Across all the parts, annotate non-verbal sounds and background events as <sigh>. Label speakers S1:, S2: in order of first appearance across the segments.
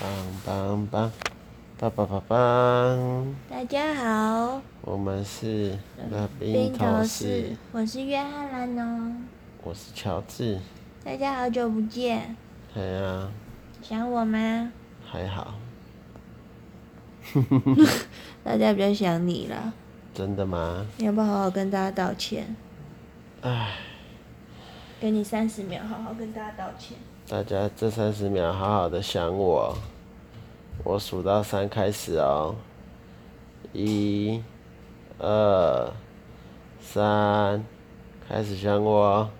S1: 梆梆，叭叭叭梆，
S2: 大家好，
S1: 我们是那
S2: 冰
S1: 冰
S2: 头
S1: 头
S2: 士
S1: 士，，
S2: 我是约翰兰哦。
S1: 我是乔治。
S2: 大家好久不见，
S1: 哎呀，
S2: 想我吗？
S1: 还好，
S2: 大家比较想你了，
S1: 真的吗？
S2: 你要不要好好跟大家道歉？
S1: 唉，
S2: 给你三十秒，好好跟大家道歉。
S1: 大家这三十秒好好的想我，我数到三开始哦，一、二、三，开始想我哦。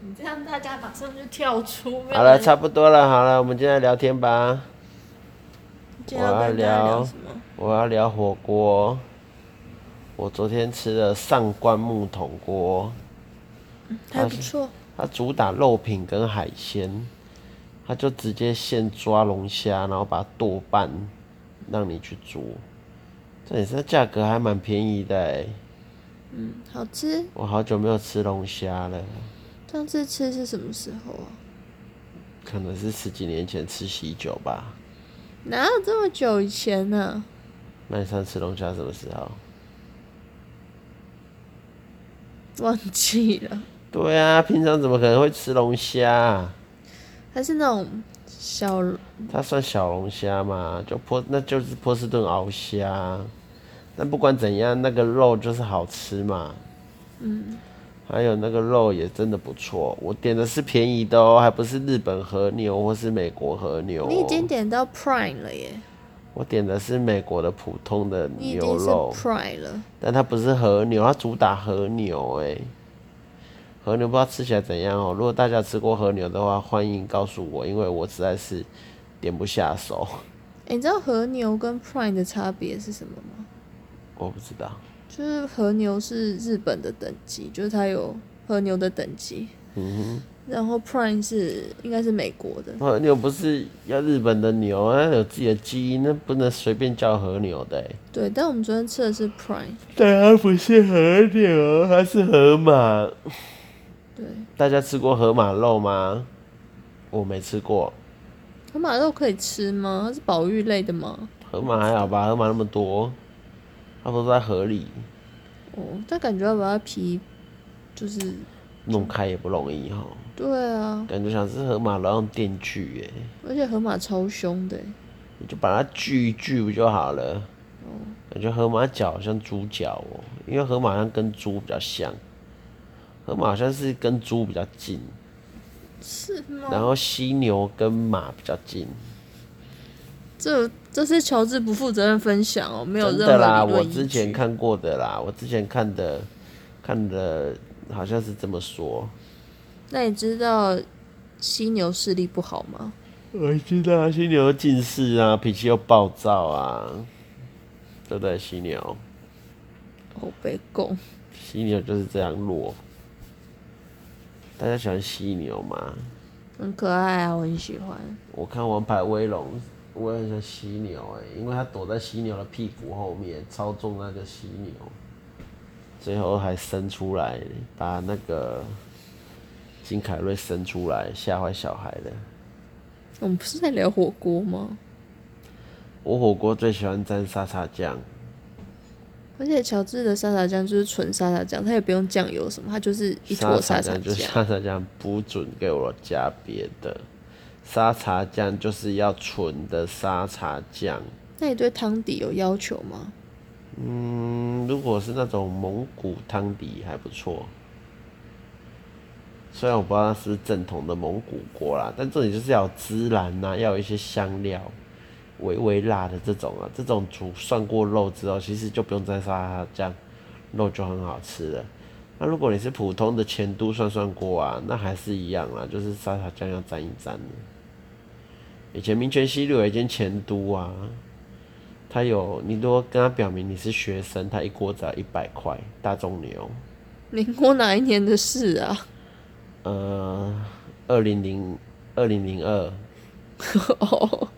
S3: 你这样大家马上就跳出。没有
S1: 好了，
S3: 人
S1: 差不多了，好了，我们进来聊天吧。
S2: 今天要跟大家聊什么？
S1: 我要聊火锅。我昨天吃了上官木桶锅，
S2: 还不错，
S1: 它主打肉品跟海鲜，它就直接现抓龙虾，然后把它剁半，让你去煮。这也是价格还蛮便宜的、欸，
S2: 嗯，好吃。
S1: 我好久没有吃龙虾了，
S2: 上次吃是什么时候啊？
S1: 可能是十几年前吃喜酒吧。
S2: 哪有这么久以前啊呢、
S1: 那你上次吃龙虾什么时候？
S2: 忘记了，
S1: 对啊，平常怎么可能会吃龙虾啊？
S2: 还是那种小
S1: 它算小龙虾嘛，就波那就是波士顿鳌虾。但不管怎样，那个肉就是好吃嘛。嗯。还有那个肉也真的不错，我点的是便宜的哦，还不是日本和牛或是美国和牛、哦。
S2: 你已经点到 Prime 了耶，
S1: 我点的是美国的普通的
S2: 你已
S1: 牛
S2: 经是
S1: 肉，
S2: Prime 了。
S1: 但它不是和牛，它主打和牛哎、和牛不知道吃起来怎样哦。如果大家吃过和牛的话，欢迎告诉我，因为我实在是点不下手。
S2: 诶你知道和牛跟 Prime 的差别是什么吗？
S1: 我不知道。
S2: 就是和牛是日本的等级，就是它有和牛的等级，
S1: 嗯
S2: 然后 Prime 是应该是美国的
S1: 哼，。和牛不是要日本的牛啊，有自己的基因，那不能随便叫和牛的、欸。
S2: 对，但我们昨天吃的是 Prime，
S1: 但它啊不是和牛，它是河马。
S2: 对，
S1: 大家吃过河马肉吗？我没吃过。
S2: 河马肉可以吃吗？它是保育类的吗？
S1: 河马还好吧，河马那么多，它都在河里，
S2: 哦，但感觉要把它皮，就是
S1: 弄开也不容易哈。
S2: 对啊，
S1: 感觉想吃河马肉用电锯耶、欸
S2: 而且河马超凶的欸耶，
S1: 你就把它锯一锯不就好了？
S2: 嗯
S1: 感觉河马脚好像猪脚哦，因为河马好像跟猪比较像，河马好像是跟猪比较近，
S2: 是
S1: 然
S2: 吗？
S1: 后犀牛跟马比较近。
S2: 这这是乔治不负责任分享哦，没有
S1: 真
S2: 任
S1: 的啦，
S2: 何理
S1: 我
S2: 论
S1: 之
S2: 依
S1: 前
S2: 据。
S1: 看过的啦，我之前看的看的好像是这么说。
S2: 那你知道犀牛视力不好吗？
S1: 我知道啊犀牛近视啊，脾气又暴躁啊，对不对？犀牛，
S2: 哦，被供。
S1: 犀牛就是这样弱。大家喜欢犀牛吗？
S2: 很可爱啊，我很喜欢。
S1: 我看《王牌威龙》，我也很像犀牛哎、因为它躲在犀牛的屁股后面操纵那个犀牛，最后还伸出来把那个金凯瑞伸出来，吓坏小孩了。
S2: 我们不是在聊火锅吗？
S1: 我火锅最喜欢沾沙茶酱，
S2: 而且乔治的沙茶酱就是纯沙茶酱，它也不用酱油什么，它就是一坨
S1: 沙茶
S2: 沙茶
S1: 酱就
S2: 酱。
S1: 沙茶酱，不准给我加别的。沙茶酱就是要纯的沙茶酱。
S2: 那你对汤底有要求吗？
S1: 嗯，如果是那种蒙古汤底还不错，虽然我不知道它是不是正统的蒙古锅啦，但重点就是要有孜然呐、要有一些香料，微微辣的这种啊，这种煮涮过肉之后，其实就不用再沙拉酱，肉就很好吃了。那如果你是普通的前都涮涮锅啊，那还是一样啦，就是沙茶酱要沾一沾的。以前民权西路有一间前都啊，他有，你如果跟他表明你是学生，他一锅只要一百块，大众牛，
S2: 民国哪一年的事啊？ <laughs>
S1: 呃，二零零二零零二，
S2: 哦，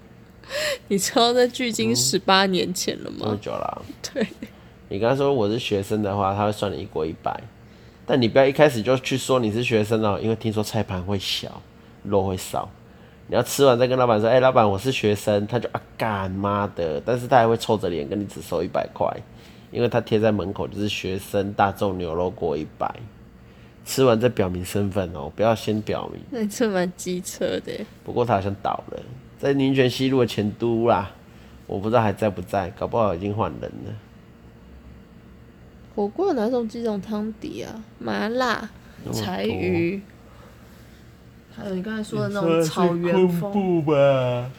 S2: 你知道那距今十八年前了
S1: 这么
S2: 吗？
S1: 久了啊。
S2: <laughs> 对，
S1: 你跟他说我是学生的话，他会算你一锅一百，但你不要一开始就去说你是学生哦，因为听说菜盘会小，肉会少，你要吃完再跟老板说，哎、老板，我是学生，他就啊干妈的，但是他还会臭着脸跟你只收一百块，因为他贴在门口就是学生大众牛肉锅一百，吃完再表明身份哦、不要先表明。
S4: 那你这蛮机车的耶，
S1: 不过他好像倒了，在宁泉西路的前都啦，我不知道还在不在，搞不好已经换人了。
S4: 火锅有哪种几种汤底啊？麻辣、
S1: 那么多
S4: 柴鱼，
S3: 还有你刚才说的那种草原风，
S1: 布吧，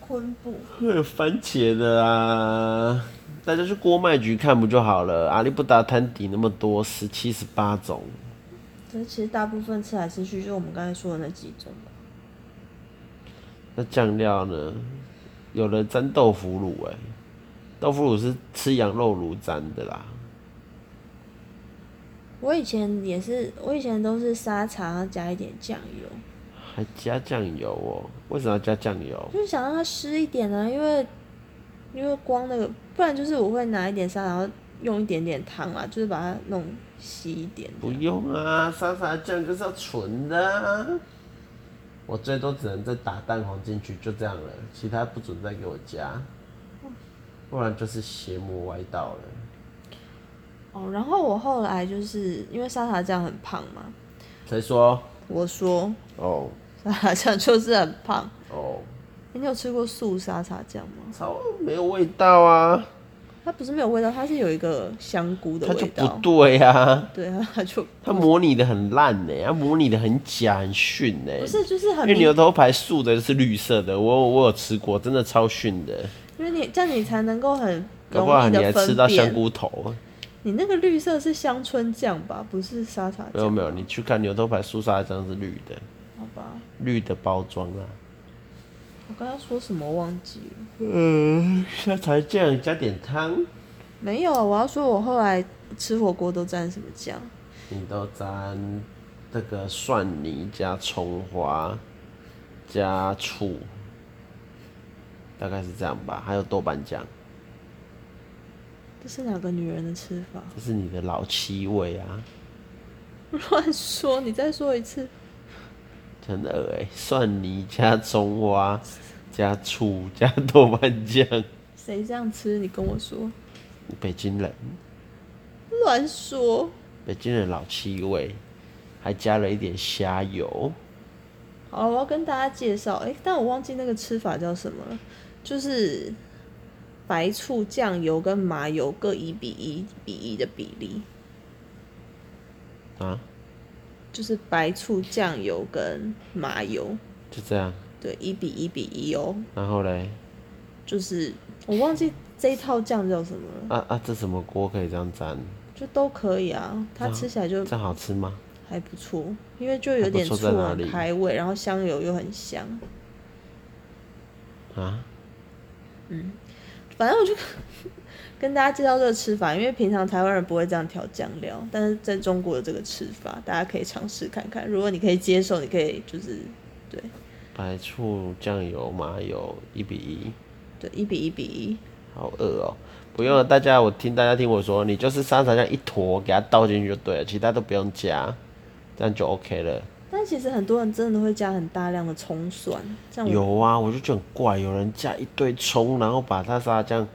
S3: 昆布，
S1: 会有番茄的啊。大家去锅卖局看不就好了？阿里不达摊底那么多，十七十八种，
S2: 可是其实大部分吃来吃去就我们刚才说的那几种吧。
S1: 那酱料呢？有人沾豆腐乳哎、豆腐乳是吃羊肉炉沾的啦。
S2: 我以前也是，我以前都是沙茶然后加一点酱油，
S1: 还加酱油哦、为什么要加酱油？
S2: 就是想让它湿一点啊，因为因为光那个，不然就是我会拿一点沙，然后用一点点汤啊，就是把它弄稀一点。
S1: 不用啊，沙茶酱就是要纯的、啊。我最多只能再打蛋黄进去，就这样了，其他不准再给我加，不然就是邪魔歪道了。
S2: 哦，然后我后来就是因为沙茶酱很胖嘛，
S1: 谁说？
S2: 我说
S1: 哦
S2: 沙茶酱就是很胖。
S1: 哦，
S2: 欸你有吃过素沙茶酱吗？
S1: 超没有味道啊，
S2: 它不是没有味道，它是有一个香菇的
S1: 它就
S2: 味
S1: 不
S2: 道。
S1: 对啊，
S2: 对啊，它就
S1: 它模拟的很烂呢、它模拟的很假很逊呢、
S2: 不是啊就是很
S1: 哎因为
S2: 明
S1: 牛头牌素的是绿色的，我有我有吃过，真的超逊的，
S2: 因为你这样你才能够很
S1: 搞
S2: 容
S1: 不好
S2: 易
S1: 你
S2: 的
S1: 还吃
S2: 分
S1: 到香
S2: 辨。
S1: 菇头。
S2: 你那个绿色是香椿酱吧？不是沙茶
S1: 没有
S2: 酱？
S1: 没有，你去看牛头牌素沙酱是绿的，
S2: 好吧，
S1: 绿的包装啊。
S2: 我刚刚说什么忘记了？
S1: 嗯，沙茶酱加点汤，
S2: 没有啊，我要说我后来吃火锅都蘸什么酱？
S1: 你都沾这个蒜泥加葱花加醋，大概是这样吧。还有豆瓣酱，
S2: 这是哪个女人的吃法？ <laughs>
S1: 这是你的老七味啊，
S2: 乱说！你再说一次。
S1: 真的哎、蒜泥加葱花加醋加豆瓣酱，
S2: 谁这样吃？你跟我说，
S1: 北京人。
S2: 乱说，
S1: 北京人老七味，还加了一点虾油。
S2: 好了，我要跟大家介绍，哎、但我忘记那个吃法叫什么了，就是白醋、酱油跟麻油各一比一比一的比例，
S1: 啊，
S2: 就是白醋、酱油跟麻油，
S1: 就这样。
S2: 对，一比一比一哦，
S1: 然后嘞，
S2: 就是我忘记这一套酱叫什么了，
S1: 啊啊，这什么锅可以这样沾？
S2: 就都可以啊，它吃起来就
S1: 这样好吃吗？
S2: 还不错，因为就有点
S1: 还不
S2: 醋
S1: 错在哪里
S2: 很开胃，然后香油又很香，
S1: 啊，
S2: 反正我就 <laughs> 跟大家介绍这个吃法，因为平常台湾人不会这样调酱料，但是在中国有这个吃法，大家可以尝试看看。如果你可以接受，你可以就是对
S1: 白醋、酱油、麻油一比一，
S2: 对一比一比一，
S1: 好饿哦。不用了，大家，我听大家听我说，你就是沙茶酱一坨给它倒进去就对了，其他都不用加，这样就 OK 了。
S2: 但其实很多人真的会加很大量的葱蒜，这样我
S1: 有啊，我就觉得很怪，有人加一堆葱，然后把它沙茶酱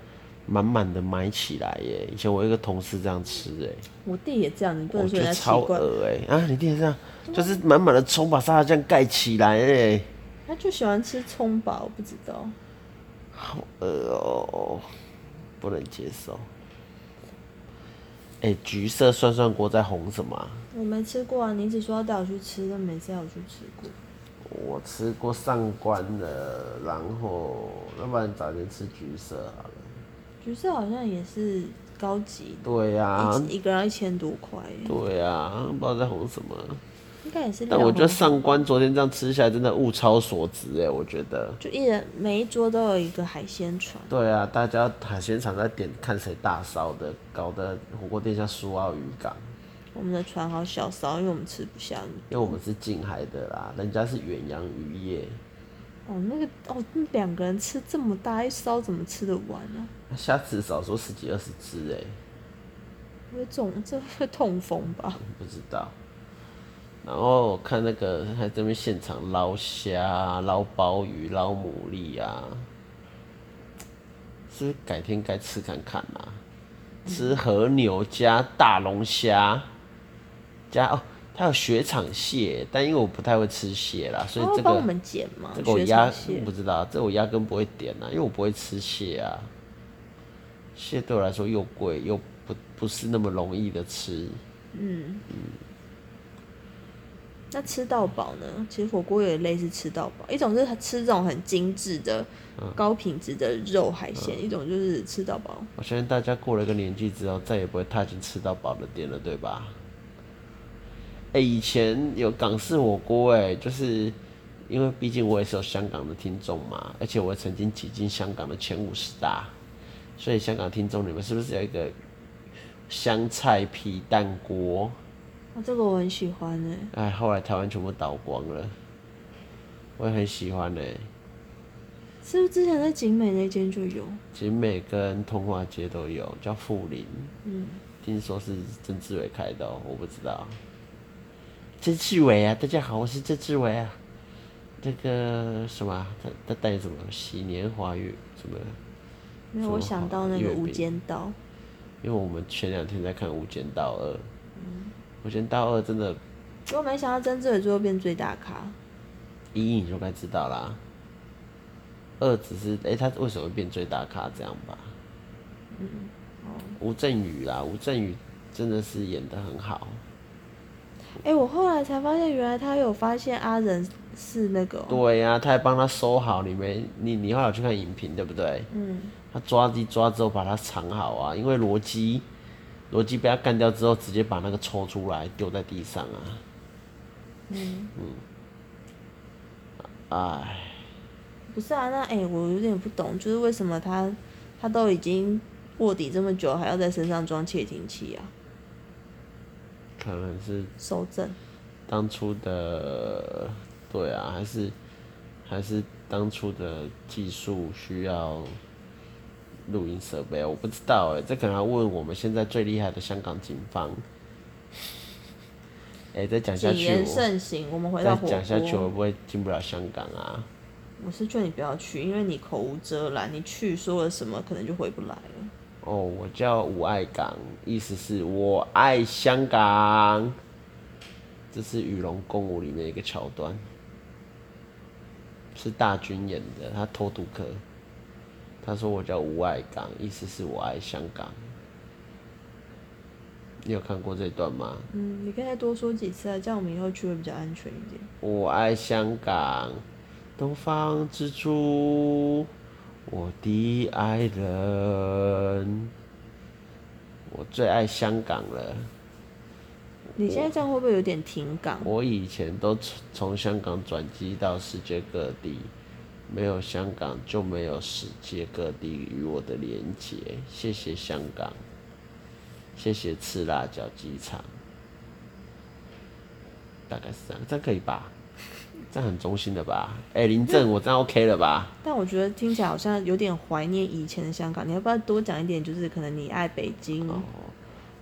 S1: 满满的埋起来耶。以前我有一个同事这样吃耶，
S2: 我弟也这样，你不
S1: 我
S2: 能说
S1: 觉
S2: 人
S1: 得
S2: 家奇
S1: 超
S2: 怪，
S1: 恶哎、啊！你点这样，就是满满的葱把沙拉酱盖起来哎、
S2: 他就喜欢吃葱吧，我不知道。
S1: 呃哦，不能接受。哎、橘色涮涮锅在红什么啊、
S2: 我没吃过啊，你一直说要带我去吃，但没带我去吃过。
S1: 我吃过上官的，然后要不然早点吃橘色好了。
S2: 橘色好像也是高级的，
S1: 对呀、
S2: 一一个人一千多块耶，
S1: 哎对呀、不知道在红什么。啊
S2: 应该也是料
S1: 但
S2: 很好。
S1: 我觉得上官昨天这样吃下来，真的物超所值哎、我觉得。
S2: 就一人每一桌都有一个海鲜船，
S1: 对啊，大家海鲜场在点看谁大烧的，搞得火锅店像苏澳渔港。
S2: 我们的船好小艘，因为我们吃不下那么
S1: 因为我们是近海的啦，人家是远洋渔业，
S2: 多。哦，那个哦，那两个人吃这么大一艘，怎么吃得完啊？
S1: 虾子少说十几二十只哎、
S2: 不会中，这会痛风吧？
S1: 不知道。然后我看那个还在那边现场捞虾啊、捞鲍鱼、捞牡蛎啊，是不是改天该吃看看啊？吃和牛加大龙虾，加哦，它有雪场蟹，但因为我不太会吃蟹啦，所以
S2: 他会
S1: 这
S2: 哦帮
S1: 个
S2: 我们剪吗？
S1: 这个我
S2: 雪
S1: 压
S2: 场啊蟹
S1: 不知道，这我压根不会点啊，因为我不会吃蟹啊。蟹对我来说又贵又不不是那么容易的吃，
S2: 那吃到饱呢？其实火锅也类似吃到饱，一种是吃这种很精致的、
S1: 嗯
S2: 高品质的肉海鲜，一种就是吃到饱。
S1: 我相信大家过了一个年纪之后，再也不会踏进吃到饱的店了，对吧？哎、以前有港式火锅，哎，就是因为毕竟我也是有香港的听众嘛，而且我曾经挤进香港的前五十大，所以香港听众你们是不是有一个香菜皮蛋锅？
S2: 啊，这个我很喜欢欸诶、
S1: 哎，后来台湾全部倒光了，我也很喜欢呢、
S2: 是不是之前在景美那间就有？
S1: 景美跟通化街都有，叫富林。嗯，听说是曾志伟开的、哦，我不知道。曾志伟啊，大家好，我是曾志伟啊。那个什么啊，他他带什么喜年华月什么？
S2: 没有，
S1: 说
S2: 我
S1: 好
S2: 想到那
S1: 月
S2: 个《
S1: 饼
S2: 无间道》。
S1: 因为我们前两天在看《无间道二》，无间道二》真的
S2: 结果没想到曾志伟最后变最大咖，
S1: 嗯一你就该知道啦。二只是哎、他为什么会变最大咖这样吧？吴镇宇啦，吴镇宇真的是演的很好。
S2: 哎、我后来才发现，原来他有发现阿仁是那个哦、
S1: 对啊呀、他还帮他收好，你没你你后来有去看影评对不对？
S2: 嗯，
S1: 他抓一抓之后把它藏好啊，因为罗辑罗辑被他干掉之后，直接把那个抽出来丢在地上啊。嗯嗯，哎，
S2: 不是啊，那哎、我有点不懂，就是为什么他他都已经卧底这么久，还要在身上装窃听器啊？
S1: 可能是
S2: 收证，
S1: 当初的，对啊，还是还是当初的技术需要录音设备，我不知道哎、这可能要问我们现在最厉害的香港警方。 <laughs> 哎、再讲下
S2: 谨
S1: 去
S2: 言
S1: 我，
S2: 慎行。我们回到
S1: 再
S2: 火
S1: 讲下去我会
S2: 锅，
S1: 不会进不了香港啊？
S2: 我是劝你不要去，因为你口无遮拦，你去说了什么，可能就回不来了。
S1: 哦，我叫吴爱港，意思是我爱香港。这是《与龙共舞》里面一个桥段，是大军演的，他偷渡客。他说我叫吴爱港，意思是我爱香港。你有看过这段吗？
S2: 嗯，你可以再多说几次啊，这样我们以后去会比较安全一点。
S1: 我爱香港，东方之珠，我的爱人，我最爱香港了。
S2: 你现在这样会不会有点停港？
S1: 我以前都从从香港转机到世界各地，没有香港就没有世界各地与我的连结。谢谢香港，谢谢赤辣椒机场，大概是这样，这样可以吧？这样很中心的吧？哎、林正，我这样 OK 了吧？
S2: 但我觉得听起来好像有点怀念以前的香港，你要不要多讲一点？就是可能你爱北京，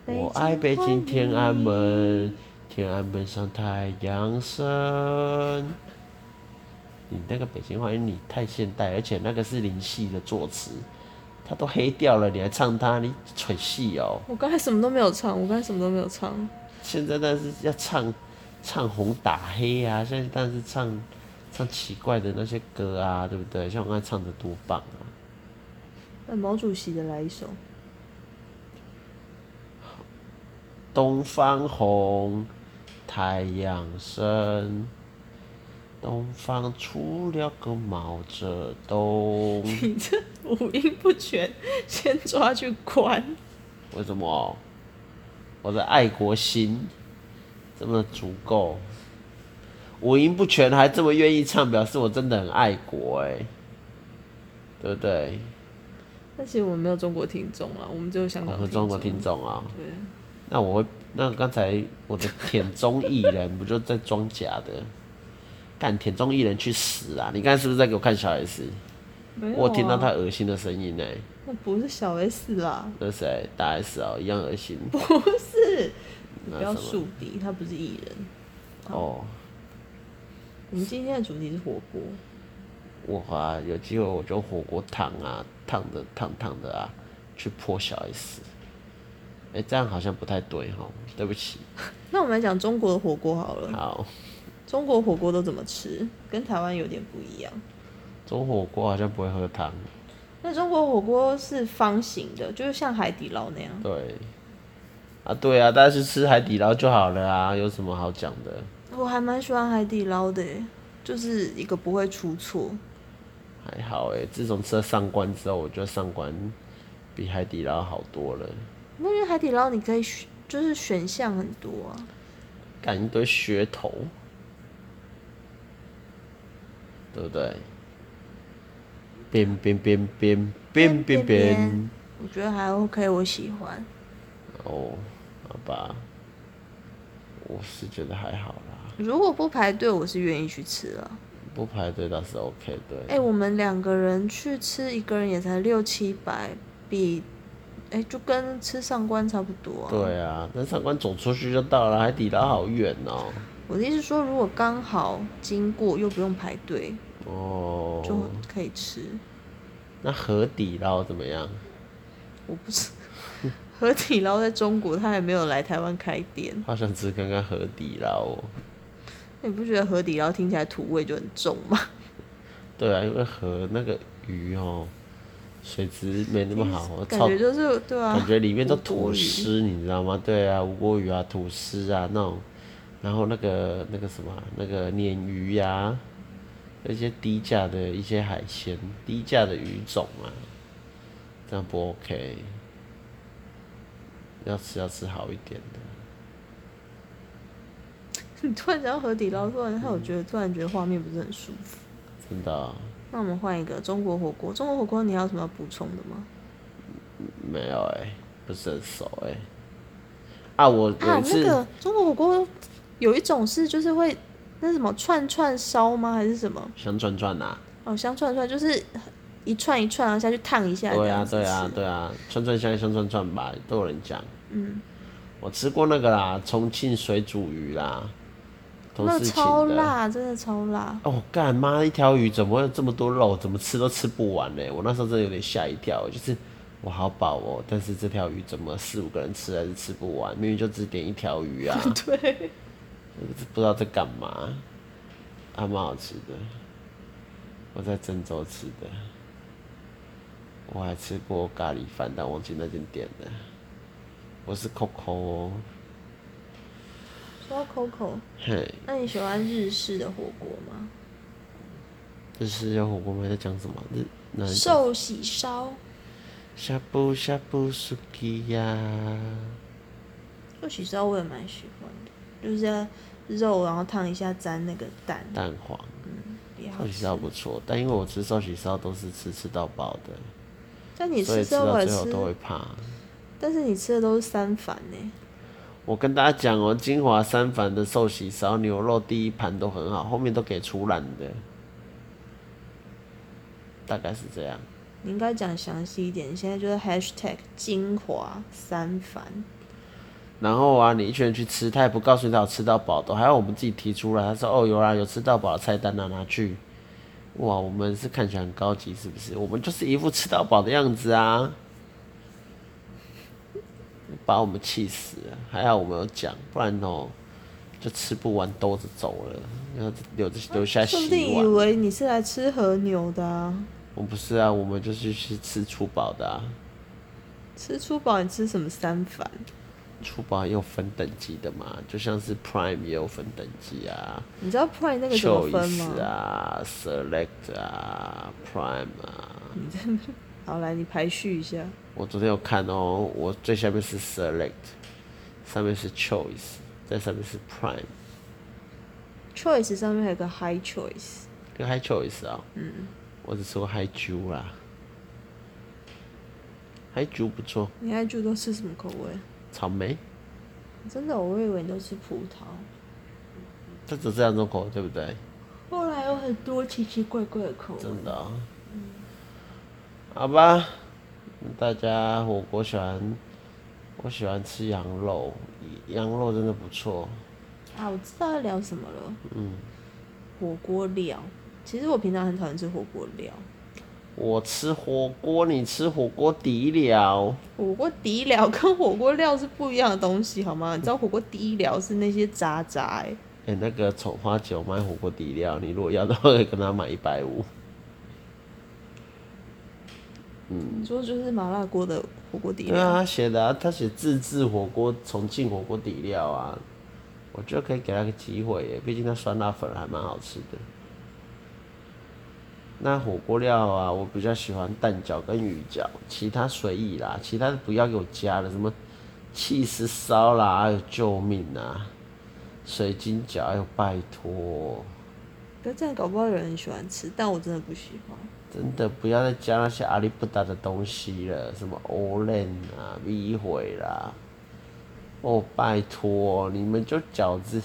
S1: 我爱北京天安门，天安门上太阳升。你那个北京话，因为你太现代，而且那个是林夕的作词，他都黑掉了，你还唱他，你蠢戏哦！
S2: 我刚才什么都没有唱，我刚才什么都没有唱。
S1: 现在但是要唱唱红打黑啊，现在但是唱唱奇怪的那些歌啊，对不对？像我刚才唱的多棒啊！
S2: 那毛主席的来一首，
S1: 东方红，太阳升，东方出了个毛泽东。
S2: 你这五音不全，先抓去关。
S1: 为什么？我的爱国心这么足够，五音不全还这么愿意唱，表示我真的很爱国哎、对不对？
S2: 但其实我们没有中国听众了，我们只有香
S1: 我
S2: 港
S1: 们
S2: <laughs>
S1: 中国听
S2: 众。
S1: 众啊、
S2: 对，
S1: 那我会，那刚才我的舔中艺人不就在装假的？干舔中艺人去死啊！你刚才是不是在给我看小 S？、
S2: 没有、啊。
S1: 我有听到他，恶心的声音呢、
S2: 那不是小 S 啦，
S1: 那谁大 S 哦、一样恶心。
S2: 不是，你
S1: 那
S2: 不要
S1: 什么
S2: 树敌，他不是艺人。
S1: 哦，
S2: 我们今天的主题是火锅，
S1: 我啊有机会我就火锅烫啊，烫的烫烫的啊，去泼小 S。哎、这样好像不太对哈，对不起。
S2: 那我们来讲中国的火锅好了。
S1: 好，
S2: 中国火锅都怎么吃？跟台湾有点不一样。
S1: 中火锅好像不会喝汤，
S2: 那中国火锅是方形的，就是像海底捞那样。
S1: 对。啊，对啊，大家去吃海底捞就好了啊，有什么好讲的？
S2: 我还蛮喜欢海底捞的耶，就是一个不会出错。
S1: 还好哎、自从吃了上官之后，我觉得上官比海底捞好多了。
S2: 那因为海底捞你可以选，就是选项很多啊。
S1: 干一堆噱头，对不对？变变变变变变变，
S2: 我觉得还 OK，我喜欢。
S1: 哦，好吧，我是觉得还好啦，
S2: 如果不排队，我是愿意去吃了。
S1: 不排队倒是 OK
S2: 哎、
S1: 的。
S2: 我们两个人去吃，一个人也才六七百，比哎、就跟吃上官差不多、啊。
S1: 对啊，但上官走出去就到了，海底捞好远哦、
S2: 我的意思是说，如果刚好经过又不用排队，就
S1: 哦，
S2: 可以吃。
S1: 那河底捞怎么样？
S2: 我不是河底捞在中国，它也没有来台湾开店。 <laughs>
S1: 好想吃看看河底捞哦。
S2: 你不觉得河底捞听起来土味就很重吗？
S1: 对啊，因为河那个鱼哦、水质没那么好，
S2: 感
S1: 操
S2: 觉就是对啊，
S1: 感觉里面都
S2: 无
S1: 吐
S2: 骨鱼
S1: 丝，你知道吗？对啊，无锅鱼啊，吐司啊那种，然后那个那个什么啊，那个鲶鱼呀、啊，那些低价的一些海鲜，低价的鱼种啊，这样不 OK。要吃要吃好一点的，
S2: <laughs> 你突然讲到河底捞，突然害我觉得突然觉得画面不是很舒服。
S1: 真的啊、
S2: 那我们换一个中国火锅，中国火锅你还有什么要补充的吗？
S1: 没有哎、不是很熟哎、啊，我有
S2: 啊
S1: 一，
S2: 那
S1: 次、
S2: 个中国火锅有一种是就是会那什么串串烧吗？还是什么？
S1: 想转转呐。
S2: 哦，香串串就是一串一串，然后下去烫一下。
S1: 对
S2: 这样
S1: 啊，
S2: 子
S1: 对啊
S2: 吃，
S1: 对啊，串串香香串串吧，都有人讲。嗯，我吃过那个啦，重庆水煮鱼啦，都
S2: 那
S1: 是请
S2: 超
S1: 的。
S2: 辣，真的超辣。
S1: 哦，干妈，一条鱼怎么会有这么多肉？怎么吃都吃不完呢？我那时候真的有点吓一跳，就是我好饱哦，但是这条鱼怎么四五个人吃还是吃不完？明明就只点一条鱼啊，
S2: 对，
S1: 不知道在干嘛，还蛮好吃的。我在郑州吃的，我还吃过咖喱饭，但忘记那间店了。我是 Coco 哦，
S2: 说到 Coco，
S1: 嘿，
S2: 那你喜欢日式的火锅吗？
S1: 这是有火锅吗？在讲什么？日那
S2: 寿喜烧，
S1: 呷哺呷哺 suki 呀，
S2: 寿喜烧我也蛮喜欢的，就是在肉然后烫一下，沾那个蛋，
S1: 蛋黄
S2: 也哎好
S1: 寿喜
S2: 吃。
S1: 烧不错，但因为我吃寿喜烧都是吃吃到饱的，
S2: 但你
S1: 所以
S2: 吃
S1: 吃
S2: 烧
S1: 到
S2: 烤
S1: 最后都会
S2: 吃，
S1: 怕。
S2: 但是你吃的都是三反呢。
S1: 我跟大家讲哦，金华三藩的寿喜烧牛肉第一盘都很好，后面都给出栏的，大概是这样。
S2: 你应该讲详细一点。你现在就是 hashtag 精华三番，
S1: 然后啊，你一群人去吃，他也不告诉你他有吃到饱的，还要我们自己提出来。他说：“哦，有啦，有吃到饱的菜单啊，拿去。”哇，我们是看起来很高级，是不是？我们就是一副吃到饱的样子啊，把我们气死了。还好我们有讲，不然哦，就吃不完兜着走了，然后留着留下
S2: 说不
S1: 洗
S2: 定以
S1: 碗。
S2: 为你是来吃和牛的啊。
S1: 我不是啊，我们就是去吃粗饱的啊，
S2: 吃粗饱，你吃什么三番？
S1: 粗饱也有分等级的嘛，就像是 Prime 也有分等级啊。
S2: 你知道 Prime 那个怎么
S1: Choice
S2: 分吗？
S1: 啊，Select 啊，Prime 啊，
S2: 好，来你排序一下。
S1: 我昨天有看哦，我最下面是 Select，上面是 Choice，在上面是 Prime，
S2: Choice 上面还有个 High Choice，
S1: 跟 High Choice 啊、嗯，我只吃过 High 酒啦，High 酒不错，
S2: 你 High 都吃什么口味？
S1: 草莓，
S2: 真的，我以为你都吃葡萄。
S1: 它只有这两种口味，对不对？
S2: 后来有很多奇奇怪怪的口味。
S1: 真的、哦，
S2: 嗯
S1: 好吧，大家火锅喜欢，我喜欢吃羊肉，羊肉真的不错。
S2: 啊，我知道要聊什么了。嗯，火锅料。其实我平常很讨厌吃火锅料，
S1: 我吃火锅，你吃火锅底了。
S2: 火锅底料跟火锅料是不一样的东西，好吗？你知道火锅底料是那些渣渣、欸，
S1: 哎、那个丑花酒卖火锅底料，你如果要的话，可以跟他买一百五。
S2: 你说就是麻辣锅的火锅底
S1: 对
S2: 料。
S1: 啊，他写的、啊，他写自制火锅、重庆火锅底料啊，我觉得可以给他个机会耶，毕竟他酸辣粉还蛮好吃的。那火锅料啊，我比较喜欢蛋饺跟鱼饺，其他随意啦，其他的不要给我加了，什么气丝烧啦，还有救命啊，水晶饺，哎呦拜托，
S2: 可是这样搞不好有人喜欢吃，但我真的不喜欢。
S1: 真的不要再加那些阿里不达的东西了，什么欧链啊、米毁啦。哦，拜托，哦你们就饺子、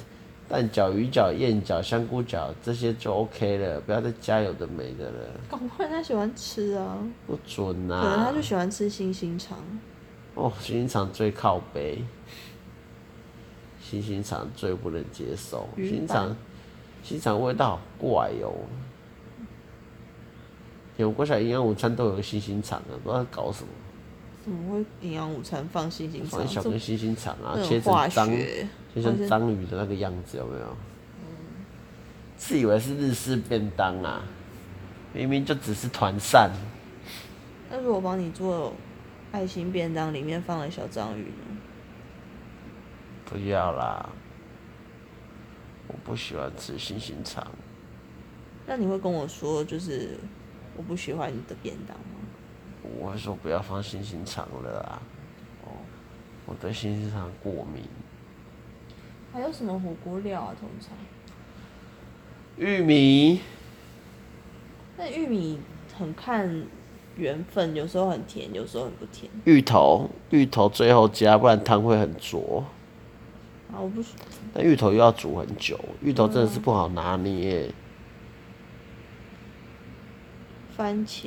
S1: 蛋饺、鱼饺、燕饺、香菇饺这些就 OK 了，不要再加有的没的了，
S2: 搞不好人家喜欢吃啊，
S1: 不准
S2: 可能他
S1: 啊
S2: 就！喜欢吃星星肠。
S1: 哦，新星肠最靠背，新星肠最不能接受，
S2: 鱼
S1: 新星
S2: 板
S1: 肠，新星肠味道好怪哟、有国小营养午餐都有个星星肠啊，不知道在搞什么。
S2: 怎么会营养午餐放星星肠
S1: 放？小
S2: 这
S1: 根星星肠啊，
S2: 那
S1: 切
S2: 种
S1: 成
S2: 化
S1: 章，
S2: 学，嗯
S1: 切成章鱼的那个样子，有没有？自以为是日式便当啊，明明就只是团扇，
S2: 那如果帮你做爱心便当，里面放了小章鱼呢？
S1: 不要啦！我不喜欢吃星星肠，
S2: 那你会跟我说，就是我不喜欢你的便当吗？
S1: 我会说不要放星星肠了啊！哦，我对星星肠过敏。
S2: 还有什么火锅料啊？通常，
S1: 玉米，
S2: 那玉米很看缘分，有时候很甜，有时候很不甜
S1: 芋头，芋头最后加，不然汤会很浊。
S2: 啊。我不喜，
S1: 但芋头又要煮很久，芋头真的是不好拿捏耶、
S2: 番茄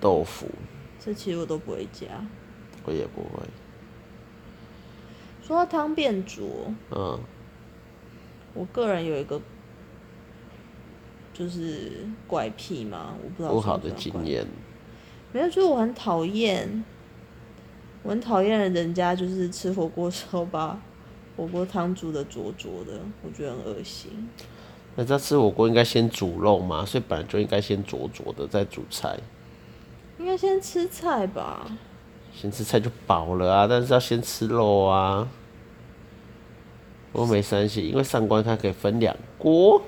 S1: 豆腐
S2: 这其实我都不会加。
S1: 我也不会。
S2: 说到汤变浊，
S1: 嗯，
S2: 我个人有一个就是怪癖嘛，我不知道
S1: 不
S2: 算
S1: 好
S2: 不
S1: 的
S2: 算
S1: 经
S2: 怪癖
S1: 验，
S2: 没有，就是我很讨厌，我很讨厌人家就是吃火锅的时候 <laughs> 把火锅汤煮的浊浊的，我觉得很恶心。
S1: 那这吃火锅应该先煮肉嘛，所以本来就应该先灼灼的，再煮菜。
S2: 应该先吃菜吧，
S1: 先吃菜就饱了啊，但是要先吃肉啊。我没三系，因为上官它可以分两锅。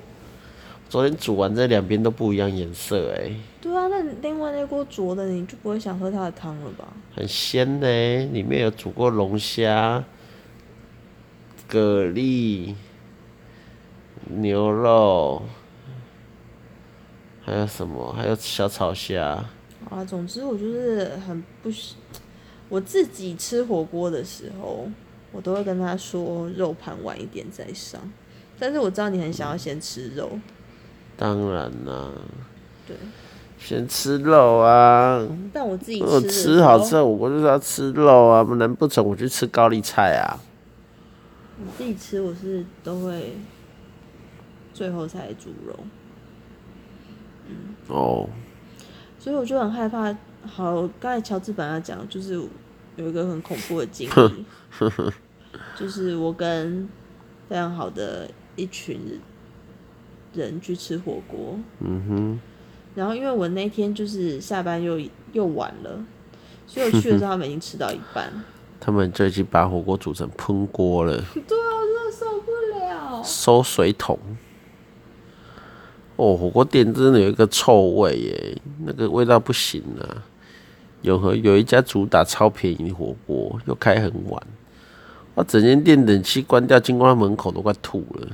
S1: 昨天煮完这两边都不一样颜色、欸，
S2: 对啊，那另外那锅浊的你就不会想喝它的汤了吧？
S1: 很鲜呢、里面有煮过龙虾、蛤蜊、牛肉，还有什么？还有小炒虾。
S2: 啊，总之我就是很不喜，我自己吃火锅的时候，我都会跟他说肉盘晚一点再上，但是我知道你很想要先吃肉，
S1: 当然啦，
S2: 对，
S1: 先吃肉啊！
S2: 但我自己吃
S1: 我
S2: 的时
S1: 呃吃好
S2: 候
S1: 吃的火锅就是要吃肉啊，难不成我去吃高丽菜啊？
S2: 我自己吃我是都会最后才煮肉，
S1: 哦，
S2: 所以我就很害怕。好，刚才乔治本来要讲，就是有一个很恐怖的经历，就是我跟非常好的一群人去吃火锅，
S1: 嗯
S2: 然后因为我那天就是下班又又晚了，所以我去的时候他们已经吃到一半，
S1: 哼，他们就已经把火锅煮成喷锅了。
S3: 啊受不了。
S1: 收水桶。哦，火锅店真的有一个臭味耶，那个味道不行啊。有和有一家主打超便宜火锅，又开很晚，哇，整间店冷气关掉，经过他门口都快吐了。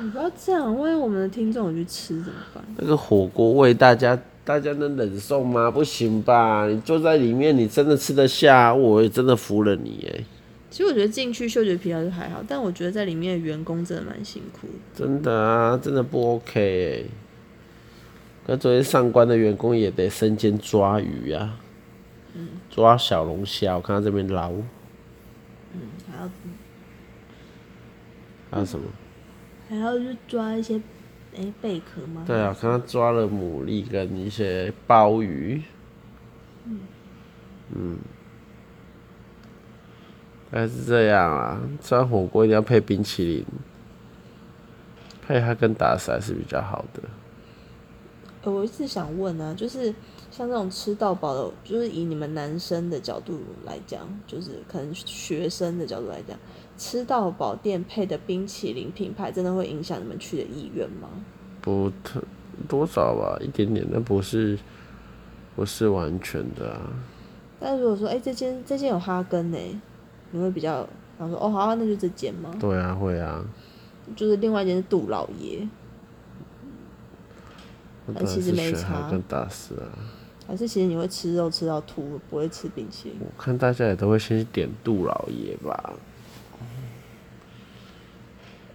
S2: 你不要这样，万一我们的听众有去吃怎么办？
S1: 那个火锅味，大家大家能忍受吗？不行吧？你坐在里面，你真的吃得下？我也真的服了你耶，
S2: 其实我觉得进去嗅觉疲劳就还好，但我觉得在里面的员工真的蛮辛苦的。
S1: 真的啊，真的不 OK 耶。可昨天上官的员工也得身兼抓鱼啊，抓小龙虾，我看他这边捞，
S2: 还要
S1: 还啊有什么？
S2: 还要去抓一些哎、贝壳吗？
S1: 对啊，我看他抓了牡蛎跟一些鲍鱼。嗯。大概是这样啊，吃完火锅一定要配冰淇淋，配它跟打伞是比较好的。
S2: 呃，我一直想问啊，就是像这种吃到饱的，就是以你们男生的角度来讲，就是可能学生的角度来讲，吃到饱店配的冰淇淋品牌，真的会影响你们去的意愿吗？
S1: 不特多少吧，一点点，但不是不是完全的啊。
S2: 但如果说，哎、这间这间有哈根呢、你会比较想说，哦，好、啊，那就这间吗？
S1: 对啊，会啊。
S2: 就是另外一间是杜老爷，
S1: 我
S2: 那
S1: 当然
S2: 其实
S1: 是
S2: 没
S1: 选它
S2: 差
S1: 跟打死啊。
S2: 还是其实你会吃肉吃到吐，不会吃冰淇淋？
S1: 我看大家也都会先去点杜老爷吧。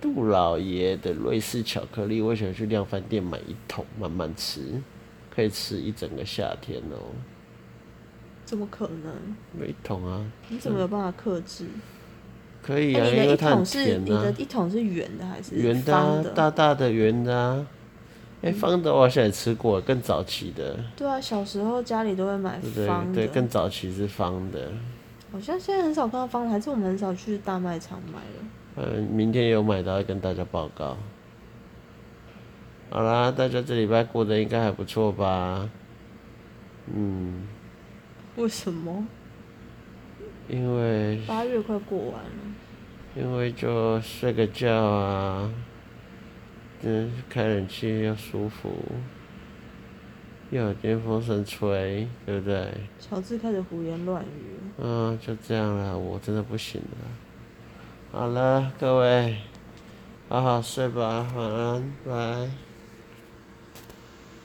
S1: 杜老爷的瑞士巧克力，我想去量贩店买一桶慢慢吃，可以吃一整个夏天哦、
S2: 怎么可能？
S1: 买一桶啊，
S2: 你怎么有办法克制？
S1: 可以
S2: 哎、
S1: 啊，
S2: 你
S1: 嗯因
S2: 的
S1: 为
S2: 一
S1: 它很
S2: 桶是、
S1: 甜
S2: 你的
S1: 啊，
S2: 一桶是圆的还是
S1: 圆的、
S2: 方
S1: 啊
S2: 的？，嗯
S1: 大大的圆的啊。哎、方的我好像也吃过，更早期的，
S2: 对啊，小时候家里都会买
S1: 对不
S2: 方的，
S1: 对？对，更早期是方的。
S2: 好像现在很少看到方的，还是我们很少去大卖场买了。
S1: 嗯，明天有买到会跟大家报告。好啦，大家这礼拜过得应该还不错吧？嗯，
S2: 为什么？
S1: 因为
S2: 八月快过完了，
S1: 因为就睡个觉啊，嗯，开冷气又舒服，又有电风扇吹，对不对？
S2: 乔治开始胡言乱语了。
S1: 嗯，就这样了，我真的不行了。好了，各位，好好睡吧，晚安，拜。